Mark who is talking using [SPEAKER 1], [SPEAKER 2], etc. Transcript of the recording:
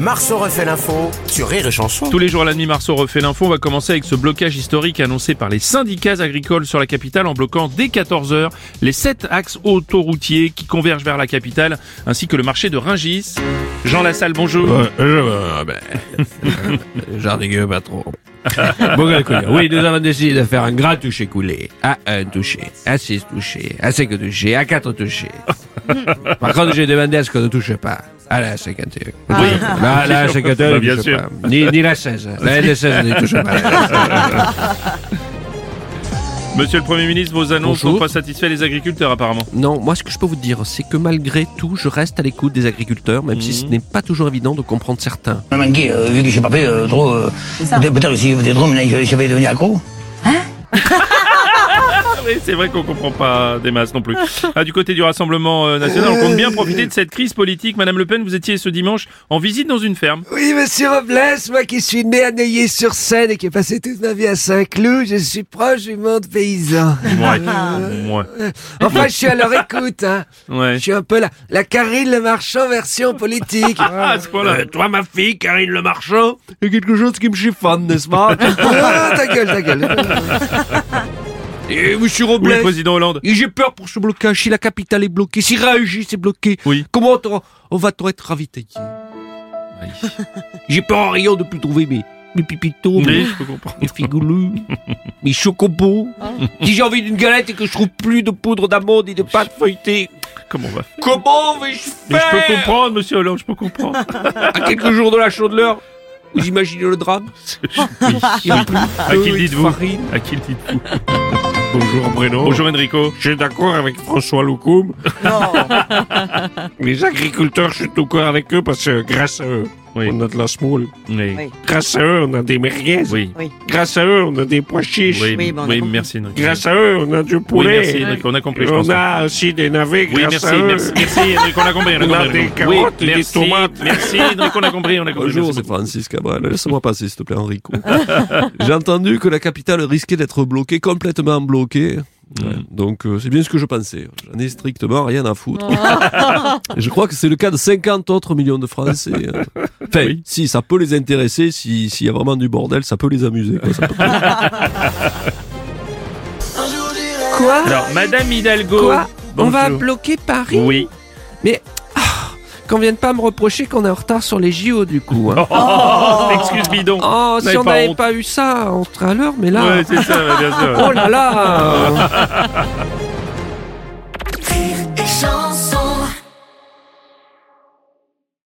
[SPEAKER 1] Marceau refait l'info sur Rire et Chanson.
[SPEAKER 2] Tous les jours à la demi, Marceau refait l'info. On va commencer avec ce blocage historique annoncé par les syndicats agricoles sur la capitale en bloquant dès 14h les 7 axes autoroutiers qui convergent vers la capitale ainsi que le marché de Ringis. Jean Lassalle, bonjour.
[SPEAKER 3] ah ben, Jardigueux, pas trop. bon, quel couillon. oui, nous avons décidé de faire un grand toucher coulé. À un touché, à six touchés, à cinq touchés, à quatre touchés. Par contre, j'ai demandé à ce qu'on ne touche pas. À la 51. Oui. Ah. Là, la 51,
[SPEAKER 2] Bah,
[SPEAKER 3] ne
[SPEAKER 2] bien
[SPEAKER 3] touche
[SPEAKER 2] sûr.
[SPEAKER 3] pas. Ni, ni la 16. La L16 ne touche pas.
[SPEAKER 2] Monsieur le Premier ministre, vos annonces
[SPEAKER 3] Bonjour.
[SPEAKER 2] n'ont pas satisfait les agriculteurs apparemment.
[SPEAKER 3] Non, moi ce que je peux vous dire, c'est que malgré tout, je reste à l'écoute des agriculteurs, même si ce n'est pas toujours évident de comprendre certains.
[SPEAKER 4] Même Anguille, euh, vu que j'ai pas fait euh, trop. euh,
[SPEAKER 5] ça.
[SPEAKER 4] peut- Peut-être que si des drômes, là, je- j'avais devenu accro.
[SPEAKER 2] Ah oui, c'est vrai qu'on comprend pas des masses non plus. Ah, du côté du Rassemblement euh, national, on compte bien profiter de cette crise politique. Madame Le Pen, vous étiez ce dimanche en visite dans une ferme.
[SPEAKER 6] Oui, monsieur Robles, moi qui suis né à Neuilly-sur-Seine et qui ai passé toute ma vie à Saint-Cloud, je suis proche du monde paysan.
[SPEAKER 2] Ouais. Ouais.
[SPEAKER 6] Enfin, je suis à leur écoute, hein.
[SPEAKER 2] Ouais.
[SPEAKER 6] Je suis un peu la, la Karine Le Marchand version politique.
[SPEAKER 2] Ah, à ce point-là.
[SPEAKER 3] toi, ma fille, Karine Le Marchand,
[SPEAKER 6] Il y a quelque chose qui me chiffonne, n'est-ce pas Ah, ta gueule, ta gueule.
[SPEAKER 3] et monsieur
[SPEAKER 2] Où est
[SPEAKER 3] Robles,
[SPEAKER 2] le président Hollande
[SPEAKER 3] Et j'ai peur pour ce blocage. Si la capitale est bloquée, si Rungis est bloqué,
[SPEAKER 2] Oui.
[SPEAKER 3] comment on, on va-t-on être ravitaillé
[SPEAKER 2] Oui.
[SPEAKER 3] J'ai peur en rayon de plus trouver mes, mes pipitos,
[SPEAKER 2] Oui,
[SPEAKER 3] mes,
[SPEAKER 2] je peux comprendre.
[SPEAKER 3] mes figoulous, mes chocobos. Si j'ai envie d'une galette et que je trouve plus de poudre d'amande et de pâte feuilletée,
[SPEAKER 2] Comment on va faire
[SPEAKER 3] comment vais-je
[SPEAKER 2] Mais je peux
[SPEAKER 3] faire
[SPEAKER 2] comprendre, monsieur Hollande, je peux comprendre.
[SPEAKER 3] À quelques jours de la chandeleur, vous imaginez le drame
[SPEAKER 2] Ah,
[SPEAKER 3] Il y a plus de
[SPEAKER 2] À Ah, qui le
[SPEAKER 3] feu et de
[SPEAKER 2] dites-vous
[SPEAKER 3] farine.
[SPEAKER 2] À qui le dites-vous
[SPEAKER 3] Bonjour, Bruno.
[SPEAKER 2] Bonjour Enrico.
[SPEAKER 3] Je suis d'accord avec François Loukoum. Les agriculteurs, je suis tout d'accord avec eux parce que grâce à eux,
[SPEAKER 2] Oui.
[SPEAKER 3] on a de la semoule.
[SPEAKER 2] Oui.
[SPEAKER 5] Oui.
[SPEAKER 3] Grâce à eux, on a des merguez.
[SPEAKER 2] Oui.
[SPEAKER 3] Grâce à eux, on a des pois chiches.
[SPEAKER 2] Oui,
[SPEAKER 5] Oui, bon, on a
[SPEAKER 2] oui,
[SPEAKER 5] compris.
[SPEAKER 2] merci Enrico.
[SPEAKER 3] Grâce à eux, on a du
[SPEAKER 2] Oui,
[SPEAKER 3] poulet.
[SPEAKER 2] merci Enrico, on a compris, je
[SPEAKER 3] on
[SPEAKER 2] pense.
[SPEAKER 3] a aussi des navets.
[SPEAKER 2] Oui,
[SPEAKER 3] grâce
[SPEAKER 2] merci,
[SPEAKER 3] à eux.
[SPEAKER 2] merci, merci Enrico, on a compris.
[SPEAKER 3] On a
[SPEAKER 2] compris,
[SPEAKER 3] des
[SPEAKER 2] Enrico.
[SPEAKER 3] carottes
[SPEAKER 2] oui,
[SPEAKER 3] et des
[SPEAKER 2] merci,
[SPEAKER 3] tomates.
[SPEAKER 2] Merci Enrico, on a compris, on a compris.
[SPEAKER 7] Bonjour,
[SPEAKER 2] merci
[SPEAKER 7] c'est
[SPEAKER 2] beaucoup.
[SPEAKER 7] Francis Cabral. Laisse-moi passer, s'il te plaît, Enrico. J'ai entendu que la capitale risquait d'être bloquée, complètement bloquée. Ouais, donc, euh, c'est bien ce que je pensais. J'en ai strictement rien à foutre. Et je crois que c'est le cas de 50 autres millions de Français. hein. Enfin,
[SPEAKER 2] Oui.
[SPEAKER 7] si, ça peut les intéresser. si- S'il y a vraiment du bordel, ça peut les amuser. quoi. Ça peut-
[SPEAKER 6] Quoi
[SPEAKER 2] Alors, Madame Hidalgo.
[SPEAKER 6] Quoi On
[SPEAKER 2] Bonjour.
[SPEAKER 6] va bloquer Paris
[SPEAKER 2] Oui.
[SPEAKER 6] Qu'on vienne pas me reprocher qu'on est en retard sur les JO, du coup. hein.
[SPEAKER 2] Oh, excuse bidon.
[SPEAKER 6] Oh, si
[SPEAKER 2] N'avez
[SPEAKER 6] on
[SPEAKER 2] pas
[SPEAKER 6] n'avait
[SPEAKER 2] honte.
[SPEAKER 6] pas eu ça, on serait à l'heure, mais oh là...
[SPEAKER 2] Ouais, c'est ça, bien sûr.
[SPEAKER 6] Oh là là